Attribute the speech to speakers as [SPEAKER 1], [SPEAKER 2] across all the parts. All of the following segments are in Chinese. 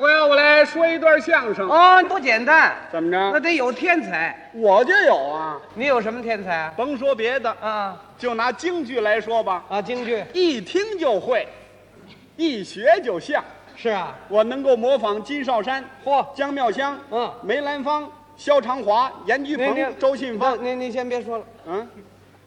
[SPEAKER 1] 啊说一段相声，
[SPEAKER 2] 哦，多简单，
[SPEAKER 1] 怎么
[SPEAKER 2] 那
[SPEAKER 1] 着？
[SPEAKER 2] 得有天才。
[SPEAKER 1] 我就有啊，
[SPEAKER 2] 你有什么天才啊？
[SPEAKER 1] 甭说别的，
[SPEAKER 2] 啊
[SPEAKER 1] 就拿京剧来说吧，
[SPEAKER 2] 啊，京剧
[SPEAKER 1] 一听就会，一学就像。
[SPEAKER 2] 是啊，
[SPEAKER 1] 我能够模仿金少山、
[SPEAKER 2] 嚯，
[SPEAKER 1] 江妙香、
[SPEAKER 2] 嗯
[SPEAKER 1] 梅兰芳、萧长华、严菊鹏、周信芳。
[SPEAKER 2] 您您先别说了，
[SPEAKER 1] 嗯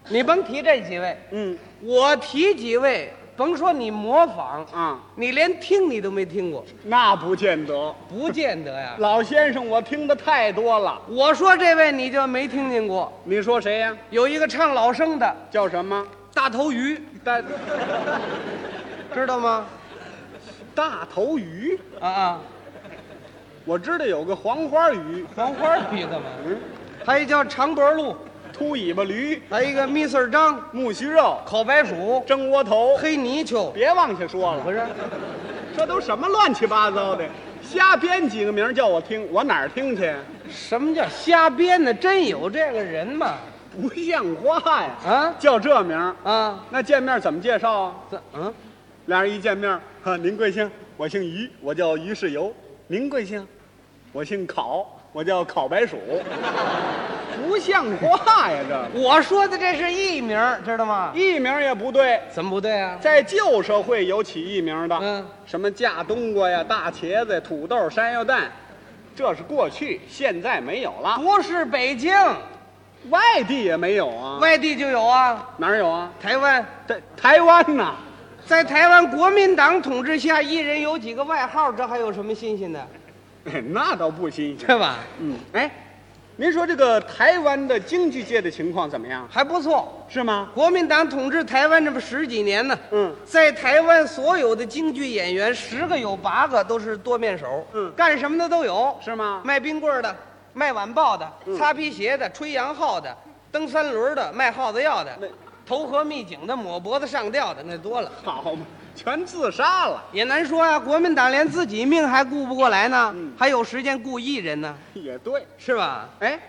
[SPEAKER 2] 你甭提这几位，
[SPEAKER 1] 嗯
[SPEAKER 2] 我提几位，甭说你模仿，
[SPEAKER 1] 啊，
[SPEAKER 2] 你连听你都没听过，
[SPEAKER 1] 那不见得。
[SPEAKER 2] 不见得呀。
[SPEAKER 1] 老先生，我听的太多了。
[SPEAKER 2] 我说这位你就没听见过，
[SPEAKER 1] 你说谁呀、
[SPEAKER 2] 有一个唱老生的
[SPEAKER 1] 叫什么？
[SPEAKER 2] 大头鱼，
[SPEAKER 1] 大
[SPEAKER 2] 知道吗？
[SPEAKER 1] 大头鱼。
[SPEAKER 2] 啊啊，
[SPEAKER 1] 我知道有个黄花鱼，
[SPEAKER 2] 黄花鱼干嘛？
[SPEAKER 1] 嗯，
[SPEAKER 2] 还有一叫长脖鹿，
[SPEAKER 1] 秃尾巴驴，
[SPEAKER 2] 还有一个 Mr 张，
[SPEAKER 1] 木须肉，
[SPEAKER 2] 烤白薯，
[SPEAKER 1] 蒸窝头。
[SPEAKER 2] 黑泥鳅，
[SPEAKER 1] 别往下说了，
[SPEAKER 2] 不是
[SPEAKER 1] 这都什么乱七八糟的，瞎编几个名儿叫我听，我哪儿听去？
[SPEAKER 2] 什么叫瞎编的？真有这个人吗？
[SPEAKER 1] 不像话呀！
[SPEAKER 2] 啊
[SPEAKER 1] 叫这名儿，
[SPEAKER 2] 啊，
[SPEAKER 1] 那见面怎么介绍啊？
[SPEAKER 2] 这嗯，
[SPEAKER 1] 俩人一见面，哈，您贵姓？我姓于，我叫于世友。您贵姓？我姓烤，我叫烤白薯。 不像话呀，这
[SPEAKER 2] 我说的这是艺名，知道吗？
[SPEAKER 1] 艺名也不对，
[SPEAKER 2] 怎么不对啊？
[SPEAKER 1] 在旧社会有起艺名的，
[SPEAKER 2] 嗯，
[SPEAKER 1] 什么架冬瓜呀、大茄子呀、土豆、山药蛋，这是过去，现在没有了，
[SPEAKER 2] 不是北京，
[SPEAKER 1] 外地也没有啊，
[SPEAKER 2] 外地就有啊，
[SPEAKER 1] 哪儿有啊？
[SPEAKER 2] 台湾。
[SPEAKER 1] 在台湾呐，
[SPEAKER 2] 在台湾国民党统治下，一人有几个外号，这还有什么新鲜的？
[SPEAKER 1] 那倒不新鲜。
[SPEAKER 2] 对吧？
[SPEAKER 1] 嗯，哎，您说这个台湾的经济界的情况怎么样？
[SPEAKER 2] 还不错。
[SPEAKER 1] 是吗？
[SPEAKER 2] 国民党统治台湾这么十几年呢，
[SPEAKER 1] 嗯，
[SPEAKER 2] 在台湾所有的京剧演员，十个有八个都是多面手，
[SPEAKER 1] 嗯
[SPEAKER 2] 干什么的都有，
[SPEAKER 1] 是吗？
[SPEAKER 2] 卖冰棍儿的，卖晚报的，
[SPEAKER 1] 嗯
[SPEAKER 2] 擦皮鞋的，吹洋号的，蹬三轮的，卖耗子药的
[SPEAKER 1] 那，
[SPEAKER 2] 投河秘井的，抹脖子上吊的，那多了。
[SPEAKER 1] 好嘛，全自杀了，
[SPEAKER 2] 也难说啊，国民党连自己命还顾不过来呢，
[SPEAKER 1] 嗯
[SPEAKER 2] 还有时间顾艺人呢，
[SPEAKER 1] 也对。
[SPEAKER 2] 是吧？
[SPEAKER 1] 哎，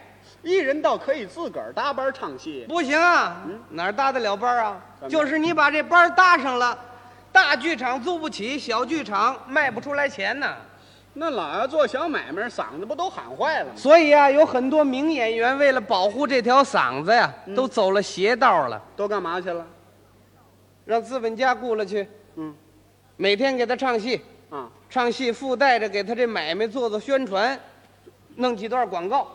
[SPEAKER 1] 艺人倒可以自个儿搭班唱戏，
[SPEAKER 2] 不行啊，
[SPEAKER 1] 嗯
[SPEAKER 2] 哪儿搭得了班儿啊
[SPEAKER 1] 怎么？了
[SPEAKER 2] 就是你把这班儿搭上了，大剧场租不起，小剧场卖不出来钱呢。
[SPEAKER 1] 那老要做小买卖，嗓子不都喊坏了吗？
[SPEAKER 2] 所以啊，有很多名演员为了保护这条嗓子呀，
[SPEAKER 1] 嗯
[SPEAKER 2] 都走了邪道了，
[SPEAKER 1] 都干嘛去了？
[SPEAKER 2] 让资本家雇了去，
[SPEAKER 1] 嗯，
[SPEAKER 2] 每天给他唱戏，
[SPEAKER 1] 啊，
[SPEAKER 2] 唱戏附带着给他这买卖做做宣传，弄几段广告，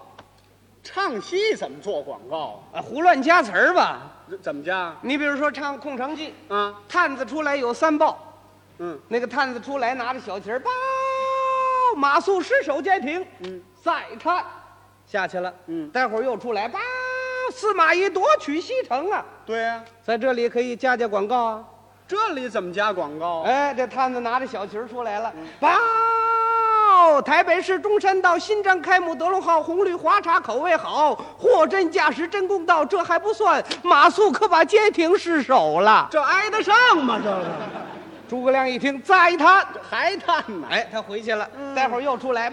[SPEAKER 1] 唱戏怎么做广告
[SPEAKER 2] 啊，胡乱加词儿吧。
[SPEAKER 1] 啊？这怎么加
[SPEAKER 2] 你比如说唱《空城计》，
[SPEAKER 1] 啊？
[SPEAKER 2] 探子出来有三报，
[SPEAKER 1] 嗯
[SPEAKER 2] 那个探子出来拿着小旗儿，报马谡失守街亭，
[SPEAKER 1] 嗯
[SPEAKER 2] 再探下去了。
[SPEAKER 1] 嗯，
[SPEAKER 2] 待会儿又出来，报司马懿夺取西城啊，
[SPEAKER 1] 对呀、
[SPEAKER 2] 在这里可以加加广告啊。
[SPEAKER 1] 这里怎么加广告？啊？
[SPEAKER 2] 哎，这探子拿着小旗儿出来了，报台北市中山道新站开幕，德龙号红绿花茶口味好，货真价实，真公道。这还不算，马谡可把街亭失守了。
[SPEAKER 1] 这挨得上吗？这个
[SPEAKER 2] 诸葛亮一听，再探。
[SPEAKER 1] 还探呢？
[SPEAKER 2] 哎，他回去了，待会儿又出来，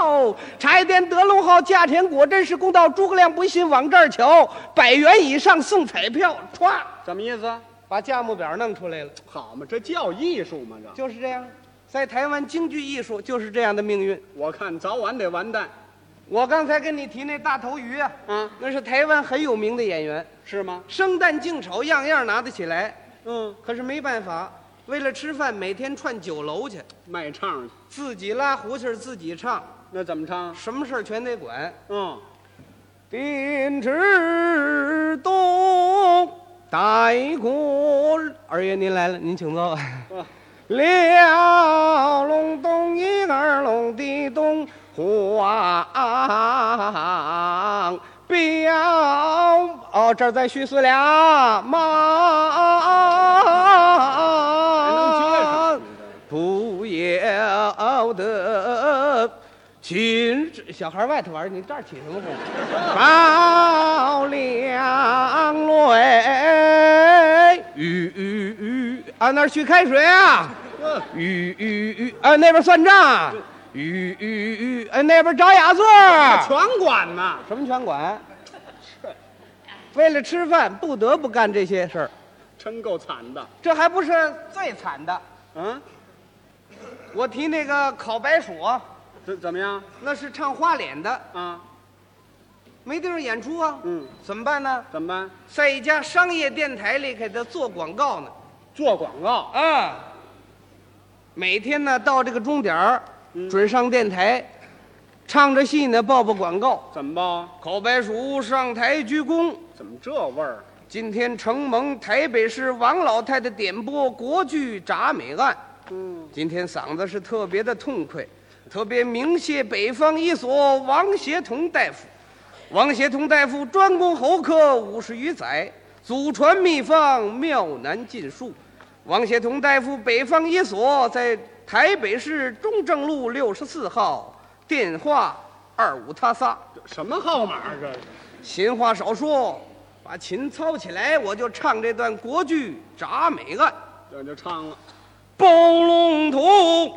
[SPEAKER 2] 报柴店德龙号价钱果真是公道，诸葛亮不信往这儿瞧，百元以上送彩票，歘，
[SPEAKER 1] 什么意思？
[SPEAKER 2] 把价目表弄出来了，
[SPEAKER 1] 好嘛，这叫艺术吗？这
[SPEAKER 2] 就是这样，在台湾京剧艺术就是这样的命运。
[SPEAKER 1] 我看早晚得完蛋
[SPEAKER 2] 我刚才跟你提那大头鱼啊，
[SPEAKER 1] 啊，
[SPEAKER 2] 那是台湾很有名的演员，
[SPEAKER 1] 是吗？
[SPEAKER 2] 生旦净丑样样拿得起来，
[SPEAKER 1] 嗯，
[SPEAKER 2] 可是没办法，为了吃饭每天串酒楼去，
[SPEAKER 1] 卖唱去，
[SPEAKER 2] 自己拉胡琴儿自己唱，
[SPEAKER 1] 那怎么唱？
[SPEAKER 2] 什么事儿全得管。
[SPEAKER 1] 嗯，
[SPEAKER 2] 丁之东，待过二爷您来了，您请坐。
[SPEAKER 1] 啊
[SPEAKER 2] 了隆咚一二隆的咚，黄标哦，这儿再续四俩
[SPEAKER 1] 还能接上，
[SPEAKER 2] 马不要得秦氏小孩外头玩，你这儿起什么哄？高粱泪雨啊，那儿去开水啊，
[SPEAKER 1] 嗯
[SPEAKER 2] 雨雨雨啊，那边算账啊，雨雨雨啊，那边找雅座儿，
[SPEAKER 1] 全管呐。
[SPEAKER 2] 什么全管？为了吃饭不得不干这些事儿，
[SPEAKER 1] 真够惨的。
[SPEAKER 2] 这还不是最惨的。
[SPEAKER 1] 嗯，
[SPEAKER 2] 我提那个烤白薯啊，
[SPEAKER 1] 怎怎么样
[SPEAKER 2] 那是唱花脸的，
[SPEAKER 1] 啊？
[SPEAKER 2] 没地方演出啊，
[SPEAKER 1] 嗯，
[SPEAKER 2] 怎么办呢？
[SPEAKER 1] 怎么办？
[SPEAKER 2] 在一家商业电台里给他做广告呢，
[SPEAKER 1] 做广告？
[SPEAKER 2] 啊，每天呢到这个钟点儿，准上电台，唱着戏呢报报广告。
[SPEAKER 1] 怎么报？
[SPEAKER 2] 烤白薯上台鞠躬，
[SPEAKER 1] 怎么这味儿？
[SPEAKER 2] 今天承蒙台北市王老太太点播国剧《铡美案》。
[SPEAKER 1] 嗯，
[SPEAKER 2] 今天嗓子是特别的痛快，特别鸣谢北方一所王协同大夫。王协同大夫专攻喉科五十余载，祖传秘方妙难尽述。王协同大夫北方一所在台北市中正路六十四号，电话二五他仨。
[SPEAKER 1] 这什么号码啊这是？
[SPEAKER 2] 闲话少说，把琴操起来，我就唱这段国剧《铡美案》。
[SPEAKER 1] 这就唱了。
[SPEAKER 2] 包龙图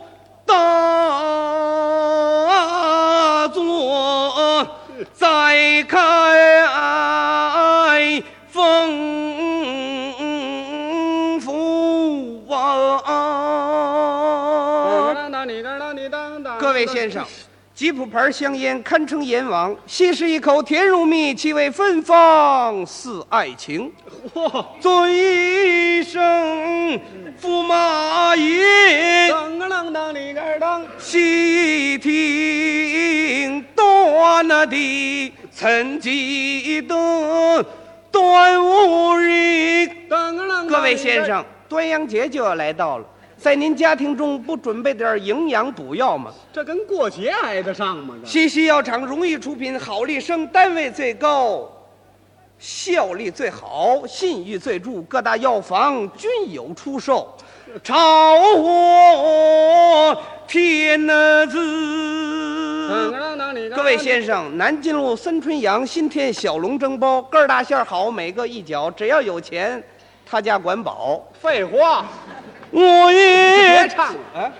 [SPEAKER 2] 大作再开封府啊！
[SPEAKER 1] 当当你当当你当当。
[SPEAKER 2] 各位先生，吉普牌香烟堪称阎王，吸食一口甜如蜜，气味芬芳似爱情。
[SPEAKER 1] 嚯！
[SPEAKER 2] 醉生驸马爷，
[SPEAKER 1] 当个啷当里个当，
[SPEAKER 2] 细听端那的曾记得端午日。
[SPEAKER 1] 当个啷当里个。
[SPEAKER 2] 各位先生，端阳节就要来到了，在您家庭中不准备点营养补药吗？
[SPEAKER 1] 这跟过节挨得上吗？这
[SPEAKER 2] 西西药厂荣誉出品，好利生单位最高，效力最好，信誉最著，各大药房均有出售。朝我天
[SPEAKER 1] 当个
[SPEAKER 2] 子！
[SPEAKER 1] 啷当里个。
[SPEAKER 2] 各位先生，南京路三春阳新添小笼蒸包，个儿大馅儿好，每个一角，只要有钱，他家管饱。
[SPEAKER 1] 废话，
[SPEAKER 2] 我也
[SPEAKER 1] 别唱了。
[SPEAKER 2] 啊！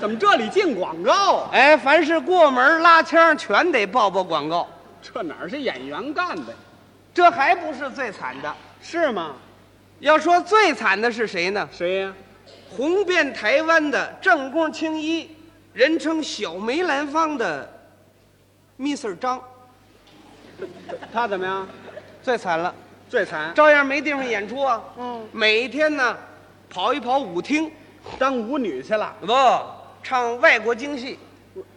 [SPEAKER 1] 怎么这里进广告啊？
[SPEAKER 2] 哎，凡是过门拉腔，全得报报广告。
[SPEAKER 1] 这哪儿是演员干的？
[SPEAKER 2] 这还不是最惨的。
[SPEAKER 1] 是吗？
[SPEAKER 2] 要说最惨的是谁呢？
[SPEAKER 1] 谁呀、
[SPEAKER 2] 红遍台湾的正宫青衣，人称小梅兰芳的 Mr 张，
[SPEAKER 1] 他怎么样？
[SPEAKER 2] 最惨了，
[SPEAKER 1] 最惨，
[SPEAKER 2] 照样没地方演出啊。
[SPEAKER 1] 嗯，
[SPEAKER 2] 每天呢，跑一跑舞厅，
[SPEAKER 1] 当舞女去了。
[SPEAKER 2] 不唱外国京戏，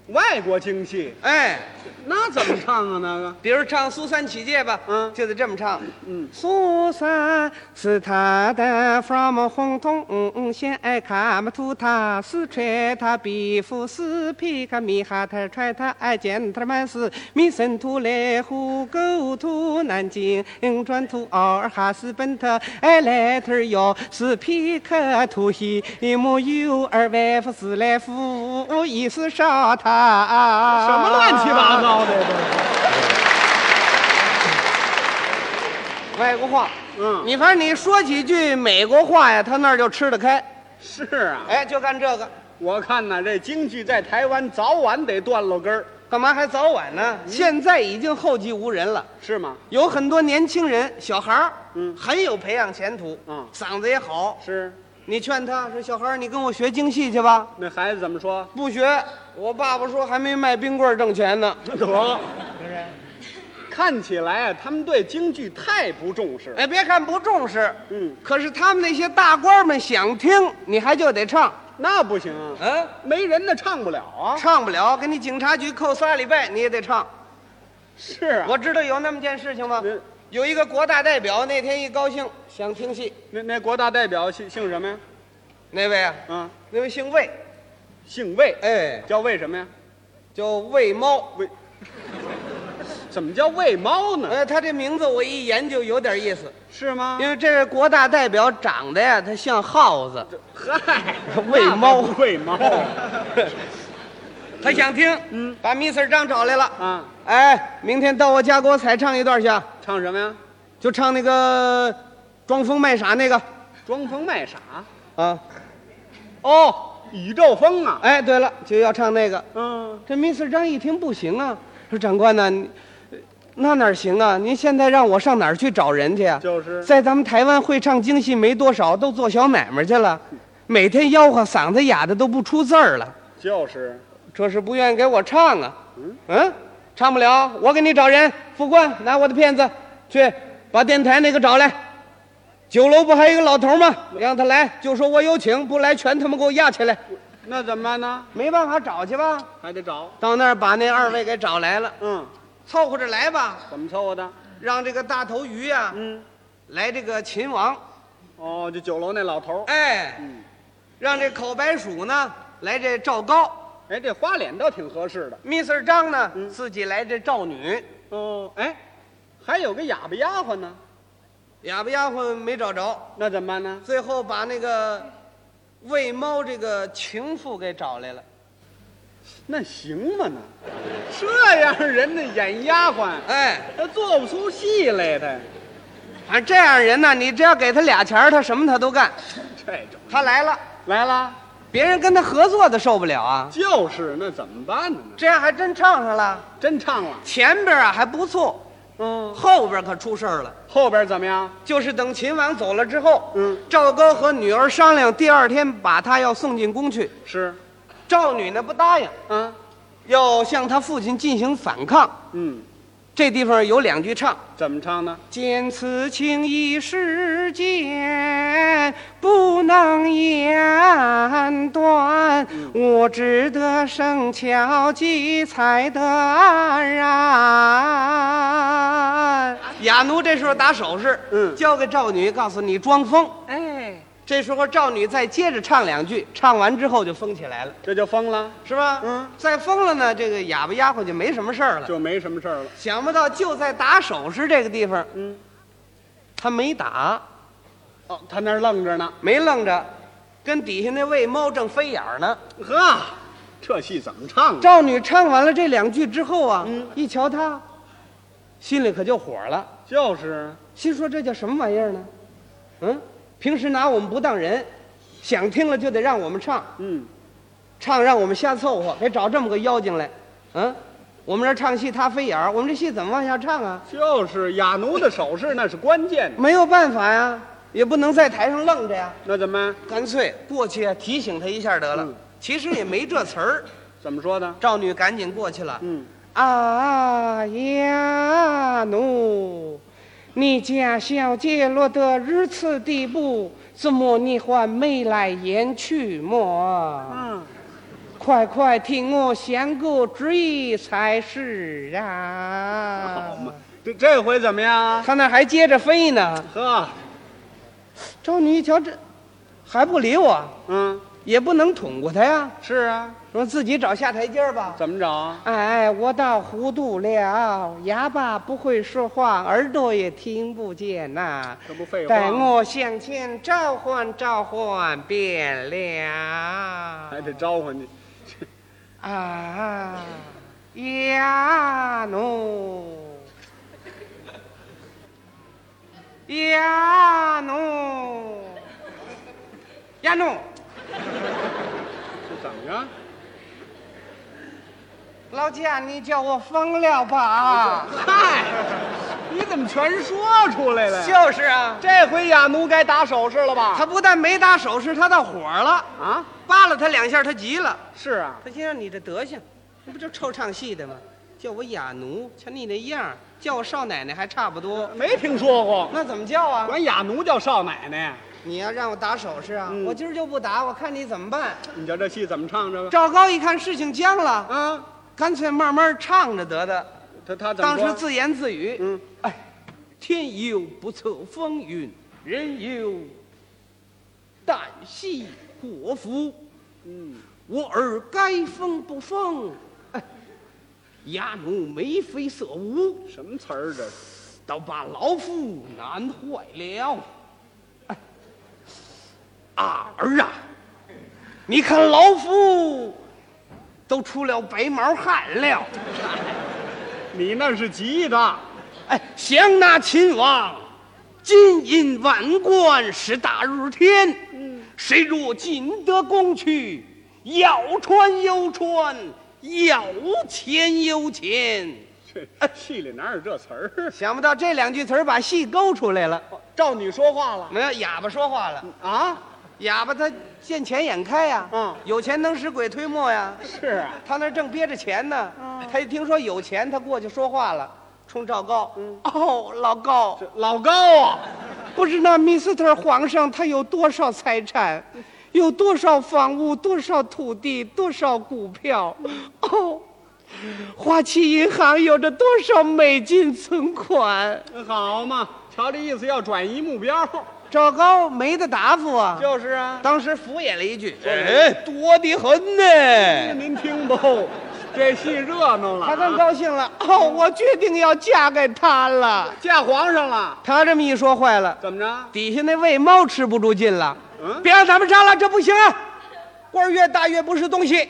[SPEAKER 1] 外国京戏
[SPEAKER 2] 哎，
[SPEAKER 1] 那怎么唱啊？那个，
[SPEAKER 2] 比如唱《苏三起解》吧，
[SPEAKER 1] 嗯
[SPEAKER 2] 就得这么唱。
[SPEAKER 1] 嗯，
[SPEAKER 2] 苏三是他的 from 红通县卡姆图他四川他比夫斯皮卡米哈特川他爱见他们是米森图来湖沟图南京转图奥尔哈斯本特哎埃莱特哟斯皮克图西木有尔外夫斯莱夫伊斯沙他啊
[SPEAKER 1] 什么乱七八糟的呀？
[SPEAKER 2] 外国话。
[SPEAKER 1] 嗯
[SPEAKER 2] 你反正你说几句美国话呀，他那儿就吃得开。
[SPEAKER 1] 这是啊，
[SPEAKER 2] 哎，就干这个，
[SPEAKER 1] 我看呐、这京剧在台湾早晚得断了根儿，
[SPEAKER 2] 干嘛还早晚呢？现在已经后继无人了，
[SPEAKER 1] 是吗？
[SPEAKER 2] 有很多年轻人、小孩儿，
[SPEAKER 1] 嗯
[SPEAKER 2] 很有培养前途，
[SPEAKER 1] 嗯
[SPEAKER 2] 嗓子也好。
[SPEAKER 1] 是。
[SPEAKER 2] 你劝他说：“小孩儿，你跟我学京戏去吧。
[SPEAKER 1] 那孩子怎么说”？
[SPEAKER 2] 不学，我爸爸说还没卖冰棍儿挣钱呢。
[SPEAKER 1] 得，看起来啊，他们对京剧太不重视。
[SPEAKER 2] 哎，别看不重视，
[SPEAKER 1] 嗯，
[SPEAKER 2] 可是他们那些大官儿们想听，你还就得唱。
[SPEAKER 1] 那不行啊，
[SPEAKER 2] 嗯，
[SPEAKER 1] 没人那唱不了啊。
[SPEAKER 2] 唱不了，给你警察局扣仨礼拜，你也得唱。
[SPEAKER 1] 是啊，
[SPEAKER 2] 我知道有那么件事情吗
[SPEAKER 1] 嗯？
[SPEAKER 2] 有一个国大代表那天一高兴想听戏，
[SPEAKER 1] 那那国大代表姓姓什么呀？
[SPEAKER 2] 那位啊，
[SPEAKER 1] 啊，
[SPEAKER 2] 那位姓魏，
[SPEAKER 1] 姓魏，
[SPEAKER 2] 哎，
[SPEAKER 1] 叫魏什么呀？
[SPEAKER 2] 叫魏猫。
[SPEAKER 1] 魏，怎么叫魏猫呢？
[SPEAKER 2] 呃，他这名字我一研究有点意思，
[SPEAKER 1] 是吗？
[SPEAKER 2] 因为这位国大代表长得呀，他像耗子，
[SPEAKER 1] 嗨，
[SPEAKER 2] 喂猫
[SPEAKER 1] 喂 猫
[SPEAKER 2] 他想听，
[SPEAKER 1] 嗯，
[SPEAKER 2] 把 Mr. 张找来了。
[SPEAKER 1] 啊，
[SPEAKER 2] 哎，明天到我家给我彩唱一段去啊，
[SPEAKER 1] 唱什么呀？
[SPEAKER 2] 就唱那个装疯卖傻那个
[SPEAKER 1] 装疯卖傻，
[SPEAKER 2] 啊。哦，
[SPEAKER 1] 宇宙风啊！
[SPEAKER 2] 哎，对了，就要唱那个。
[SPEAKER 1] 嗯，
[SPEAKER 2] 这 Mr. 张一听不行啊，说长官呢、你呃那哪儿行啊？您现在让我上哪儿去找人去啊？
[SPEAKER 1] 就是
[SPEAKER 2] 在咱们台湾会唱京戏没多少，都做小买卖去了。每天吆喝，嗓子哑的都不出字儿了。
[SPEAKER 1] 就是
[SPEAKER 2] 这是不愿意给我唱啊
[SPEAKER 1] 嗯。
[SPEAKER 2] 嗯，唱不了，我给你找人。副官，拿我的片子去把电台那个找来。酒楼不还有一个老头吗？让他来，就说我有请，不来全他妈给我压起来。
[SPEAKER 1] 那怎么办呢？
[SPEAKER 2] 没办法，找去吧。
[SPEAKER 1] 还得找。
[SPEAKER 2] 到那儿把那二位给找来了，
[SPEAKER 1] 嗯，
[SPEAKER 2] 凑合着来吧，
[SPEAKER 1] 怎么凑合的？
[SPEAKER 2] 让这个大头鱼呀、
[SPEAKER 1] 嗯，
[SPEAKER 2] 来这个秦王，
[SPEAKER 1] 哦，就酒楼那老头儿。
[SPEAKER 2] 哎，
[SPEAKER 1] 嗯
[SPEAKER 2] 让这烤白薯呢来这赵高，
[SPEAKER 1] 哎，这花脸倒挺合适的。
[SPEAKER 2] 密 r 张呢、
[SPEAKER 1] 嗯
[SPEAKER 2] 自己来这赵女，
[SPEAKER 1] 哦，哎，还有个哑巴丫鬟呢，
[SPEAKER 2] 哑巴丫鬟没找着，
[SPEAKER 1] 那怎么办呢？
[SPEAKER 2] 最后把那个喂猫这个情妇给找来了。
[SPEAKER 1] 那行吗？呢，这样人家演丫鬟，
[SPEAKER 2] 哎，
[SPEAKER 1] 他做不出戏来的。
[SPEAKER 2] 反正这样人呢，你只要给他俩钱儿，他什么他都干。
[SPEAKER 1] 这种
[SPEAKER 2] 他来了，
[SPEAKER 1] 来了，
[SPEAKER 2] 别人跟他合作的受不了啊，
[SPEAKER 1] 就是那怎么办呢？
[SPEAKER 2] 这样还真唱上了。
[SPEAKER 1] 真唱了，
[SPEAKER 2] 前边啊还不错，
[SPEAKER 1] 嗯，
[SPEAKER 2] 后边可出事儿了。
[SPEAKER 1] 后边怎么样？
[SPEAKER 2] 就是等秦王走了之后，
[SPEAKER 1] 嗯
[SPEAKER 2] 赵高和女儿商量，第二天把他要送进宫去。
[SPEAKER 1] 是，
[SPEAKER 2] 赵女呢不答应，
[SPEAKER 1] 啊，
[SPEAKER 2] 要向他父亲进行反抗。
[SPEAKER 1] 嗯，
[SPEAKER 2] 这地方有两句唱。
[SPEAKER 1] 怎么唱呢？
[SPEAKER 2] 见此情一时间不能言断，我只得生巧计才得安然。雅奴这时候打手势，
[SPEAKER 1] 嗯
[SPEAKER 2] 交给赵女，告诉你装疯。
[SPEAKER 1] 哎，
[SPEAKER 2] 这时候赵女再接着唱两句，唱完之后就疯起来了，
[SPEAKER 1] 这就疯了，
[SPEAKER 2] 是吧？
[SPEAKER 1] 嗯
[SPEAKER 2] 再疯了呢，这个哑巴丫鬟就没什么事儿了。
[SPEAKER 1] 就没什么事儿了。
[SPEAKER 2] 想不到就在打手势这个地方，
[SPEAKER 1] 嗯，
[SPEAKER 2] 他没打。
[SPEAKER 1] 哦，他那儿愣着呢。
[SPEAKER 2] 没愣着，跟底下那喂猫正飞眼儿呢。
[SPEAKER 1] 呵，这戏怎么唱啊？
[SPEAKER 2] 赵女唱完了这两句之后啊，
[SPEAKER 1] 嗯
[SPEAKER 2] 一瞧他，心里可就火了，
[SPEAKER 1] 就是，
[SPEAKER 2] 心说这叫什么玩意儿呢？嗯，平时拿我们不当人，想听了就得让我们唱，
[SPEAKER 1] 嗯，
[SPEAKER 2] 唱让我们瞎凑合，给找这么个妖精来，嗯，我们这唱戏他飞眼儿，我们这戏怎么往下唱啊？
[SPEAKER 1] 就是雅奴的手势那是关键的。
[SPEAKER 2] 没有办法呀，也不能在台上愣着呀，
[SPEAKER 1] 那怎么办？
[SPEAKER 2] 干脆过去啊提醒他一下得了。
[SPEAKER 1] 嗯
[SPEAKER 2] 其实也没这词儿，
[SPEAKER 1] 怎么说呢？
[SPEAKER 2] 赵女赶紧过去了。
[SPEAKER 1] 嗯，
[SPEAKER 2] 啊呀奴，你家小姐落得如此地步，怎么你还眉来眼去么？
[SPEAKER 1] 啊，
[SPEAKER 2] 快快听我想个主意才是啊
[SPEAKER 1] 好！嘛，这这回怎么样啊？
[SPEAKER 2] 他那还接着飞呢。
[SPEAKER 1] 呵，
[SPEAKER 2] 赵女一瞧这，还不理我，
[SPEAKER 1] 嗯，
[SPEAKER 2] 也不能捅过他呀，
[SPEAKER 1] 是啊，
[SPEAKER 2] 说自己找下台阶儿吧。
[SPEAKER 1] 怎么找啊？
[SPEAKER 2] 哎，我倒糊涂了，哑巴不会说话，耳朵也听不见呐、
[SPEAKER 1] 这不废话
[SPEAKER 2] 待
[SPEAKER 1] 吗？
[SPEAKER 2] 我向前召唤召唤变了，
[SPEAKER 1] 还得招呼你。
[SPEAKER 2] 啊呀奴，呀奴，呀奴，
[SPEAKER 1] 这怎么着？
[SPEAKER 2] 老家你叫我疯了吧？
[SPEAKER 1] 嗨，你怎么全说出来了？
[SPEAKER 2] 就是啊，
[SPEAKER 1] 这回雅奴该打手势了吧？
[SPEAKER 2] 他不但没打手势，他倒火了。
[SPEAKER 1] 啊，
[SPEAKER 2] 扒拉他两下，他急了。
[SPEAKER 1] 是啊，
[SPEAKER 2] 他心想：你这德行，那不就臭唱戏的吗？叫我哑奴，瞧你那样儿，叫我少奶奶还差不多。
[SPEAKER 1] 没听说过，
[SPEAKER 2] 那怎么叫啊？
[SPEAKER 1] 管雅奴叫少奶奶。
[SPEAKER 2] 你要让我打手势啊，
[SPEAKER 1] 嗯
[SPEAKER 2] 我今儿就不打，我看你怎么办。
[SPEAKER 1] 你瞧这戏怎么唱这个？
[SPEAKER 2] 赵高一看事情僵了，
[SPEAKER 1] 啊，
[SPEAKER 2] 干脆慢慢唱着得的。
[SPEAKER 1] 他他怎么
[SPEAKER 2] 当
[SPEAKER 1] 说
[SPEAKER 2] 时自言自语：“
[SPEAKER 1] 嗯，
[SPEAKER 2] 哎，天有不测风云，人有旦夕祸福。
[SPEAKER 1] 嗯，
[SPEAKER 2] 我儿该疯不疯？哎，牙奴眉飞色舞，
[SPEAKER 1] 什么词儿这是？
[SPEAKER 2] 倒把老夫难坏了。哎，啊儿啊，你看老夫都出了白毛汗了。
[SPEAKER 1] 你那是急的，
[SPEAKER 2] 哎，降那秦王，金银万贯，是大如天。
[SPEAKER 1] 嗯
[SPEAKER 2] 谁若进得宫去，要穿有穿，要钱有钱。
[SPEAKER 1] 这戏里哪有这词儿？
[SPEAKER 2] 想不到这两句词儿把戏勾出来了。
[SPEAKER 1] 赵女说话了
[SPEAKER 2] 没有哑巴说话了，
[SPEAKER 1] 啊？
[SPEAKER 2] 哑巴他见钱眼开呀、
[SPEAKER 1] 嗯
[SPEAKER 2] 有钱能使鬼推磨呀。
[SPEAKER 1] 是啊，
[SPEAKER 2] 他那儿正憋着钱呢，
[SPEAKER 1] 嗯
[SPEAKER 2] 他一听说有钱，他过去说话了，冲赵高，
[SPEAKER 1] 嗯
[SPEAKER 2] 哦，老高，
[SPEAKER 1] 这老高啊，
[SPEAKER 2] 不知那 Mr 皇上他有多少财 产，有多少房屋，多少土地，多少股票，哦，花旗银行有着多少美金存款？
[SPEAKER 1] 好嘛，瞧这意思要转移目标，
[SPEAKER 2] 赵高没得答复啊，
[SPEAKER 1] 就是啊。
[SPEAKER 2] 当时敷衍了一句，
[SPEAKER 1] 哎
[SPEAKER 2] 多得很呢、
[SPEAKER 1] 您听不？这戏热闹了啊，
[SPEAKER 2] 他更高兴了，哦，我决定要嫁给他了。
[SPEAKER 1] 嫁皇上了，
[SPEAKER 2] 他这么一说，坏了，
[SPEAKER 1] 怎么着？
[SPEAKER 2] 底下那喂猫吃不住劲了，
[SPEAKER 1] 嗯
[SPEAKER 2] 别让他们杀了，这不行啊！官儿越大越不是东西，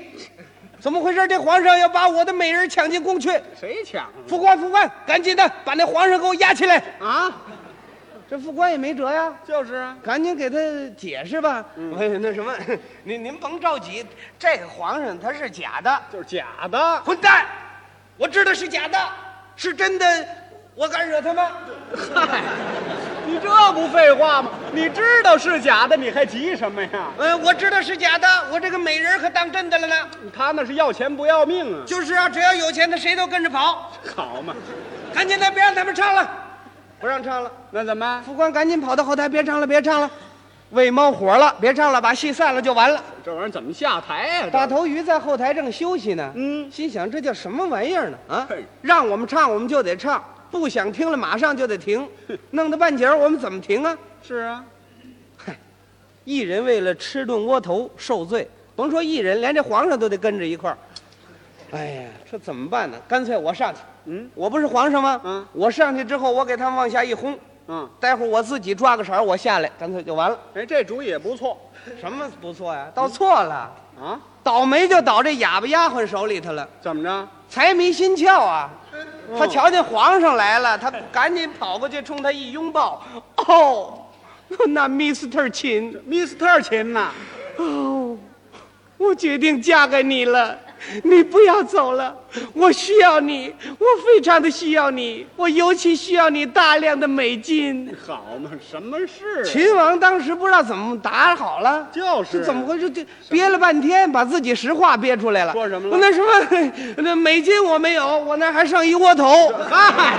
[SPEAKER 2] 怎么回事？这皇上要把我的美人抢进宫去！
[SPEAKER 1] 谁抢了
[SPEAKER 2] 副官，副官，赶紧的把那皇上给我押起来！
[SPEAKER 1] 啊？
[SPEAKER 2] 这副官也没辙呀，
[SPEAKER 1] 就是啊，
[SPEAKER 2] 赶紧给他解释吧。哎，那什么， 您您甭着急，这个皇上他是假的，
[SPEAKER 1] 就是假的。
[SPEAKER 2] 混蛋！我知道是假的，是真的，我敢惹他吗？
[SPEAKER 1] 嗨，你这不废话吗？你知道是假的，你还急什么呀？
[SPEAKER 2] 嗯、我知道是假的，我这个美人可当真的了呢。
[SPEAKER 1] 他那是要钱不要命啊！
[SPEAKER 2] 就是啊，只要有钱的谁都跟着跑，
[SPEAKER 1] 好嘛，
[SPEAKER 2] 赶紧的，别让他们唱了，不让唱了。
[SPEAKER 1] 那怎么？
[SPEAKER 2] 副官赶紧跑到后台，别唱了，别唱了，喂猫火了，别唱了，把戏散了就完了。
[SPEAKER 1] 这玩意儿怎么下台呀、这
[SPEAKER 2] 大头鱼在后台正休息呢，
[SPEAKER 1] 嗯
[SPEAKER 2] 心想这叫什么玩意儿呢？啊
[SPEAKER 1] 嘿，
[SPEAKER 2] 让我们唱我们就得唱，不想听了马上就得 停，弄得半截儿我们怎么停啊？
[SPEAKER 1] 是啊，
[SPEAKER 2] 一人为了吃顿窝头受罪，甭说一人，连这皇上都得跟着一块儿。哎呀，这怎么办呢？干脆我上去，
[SPEAKER 1] 嗯
[SPEAKER 2] 我不是皇上吗？
[SPEAKER 1] 嗯
[SPEAKER 2] 我上去之后，我给他们往下一轰，
[SPEAKER 1] 嗯，
[SPEAKER 2] 待会儿我自己抓个色儿，我下来，干脆就完了。
[SPEAKER 1] 哎，这主意也不错
[SPEAKER 2] 什么不错呀？倒错了，
[SPEAKER 1] 啊。
[SPEAKER 2] 倒霉就倒这哑巴丫鬟手里头了，
[SPEAKER 1] 怎么着？
[SPEAKER 2] 财迷心窍啊！他瞧见皇上来了，他赶紧跑过去，冲他一拥抱。哦，那 Mr. 秦。
[SPEAKER 1] ，Mr. 秦呐、
[SPEAKER 2] 哦，我决定嫁给你了，你不要走了，我需要你，我非常的需要你，我尤其需要你大量的美金。
[SPEAKER 1] 好嘛，什么事、啊？
[SPEAKER 2] 秦王当时不知道怎么答好了。
[SPEAKER 1] 就是
[SPEAKER 2] 这怎么回事？这憋了半天，把自己实话憋出来了。
[SPEAKER 1] 说什么了
[SPEAKER 2] 那什么，那美金我没有，我那还剩一窝头。
[SPEAKER 1] 嗨，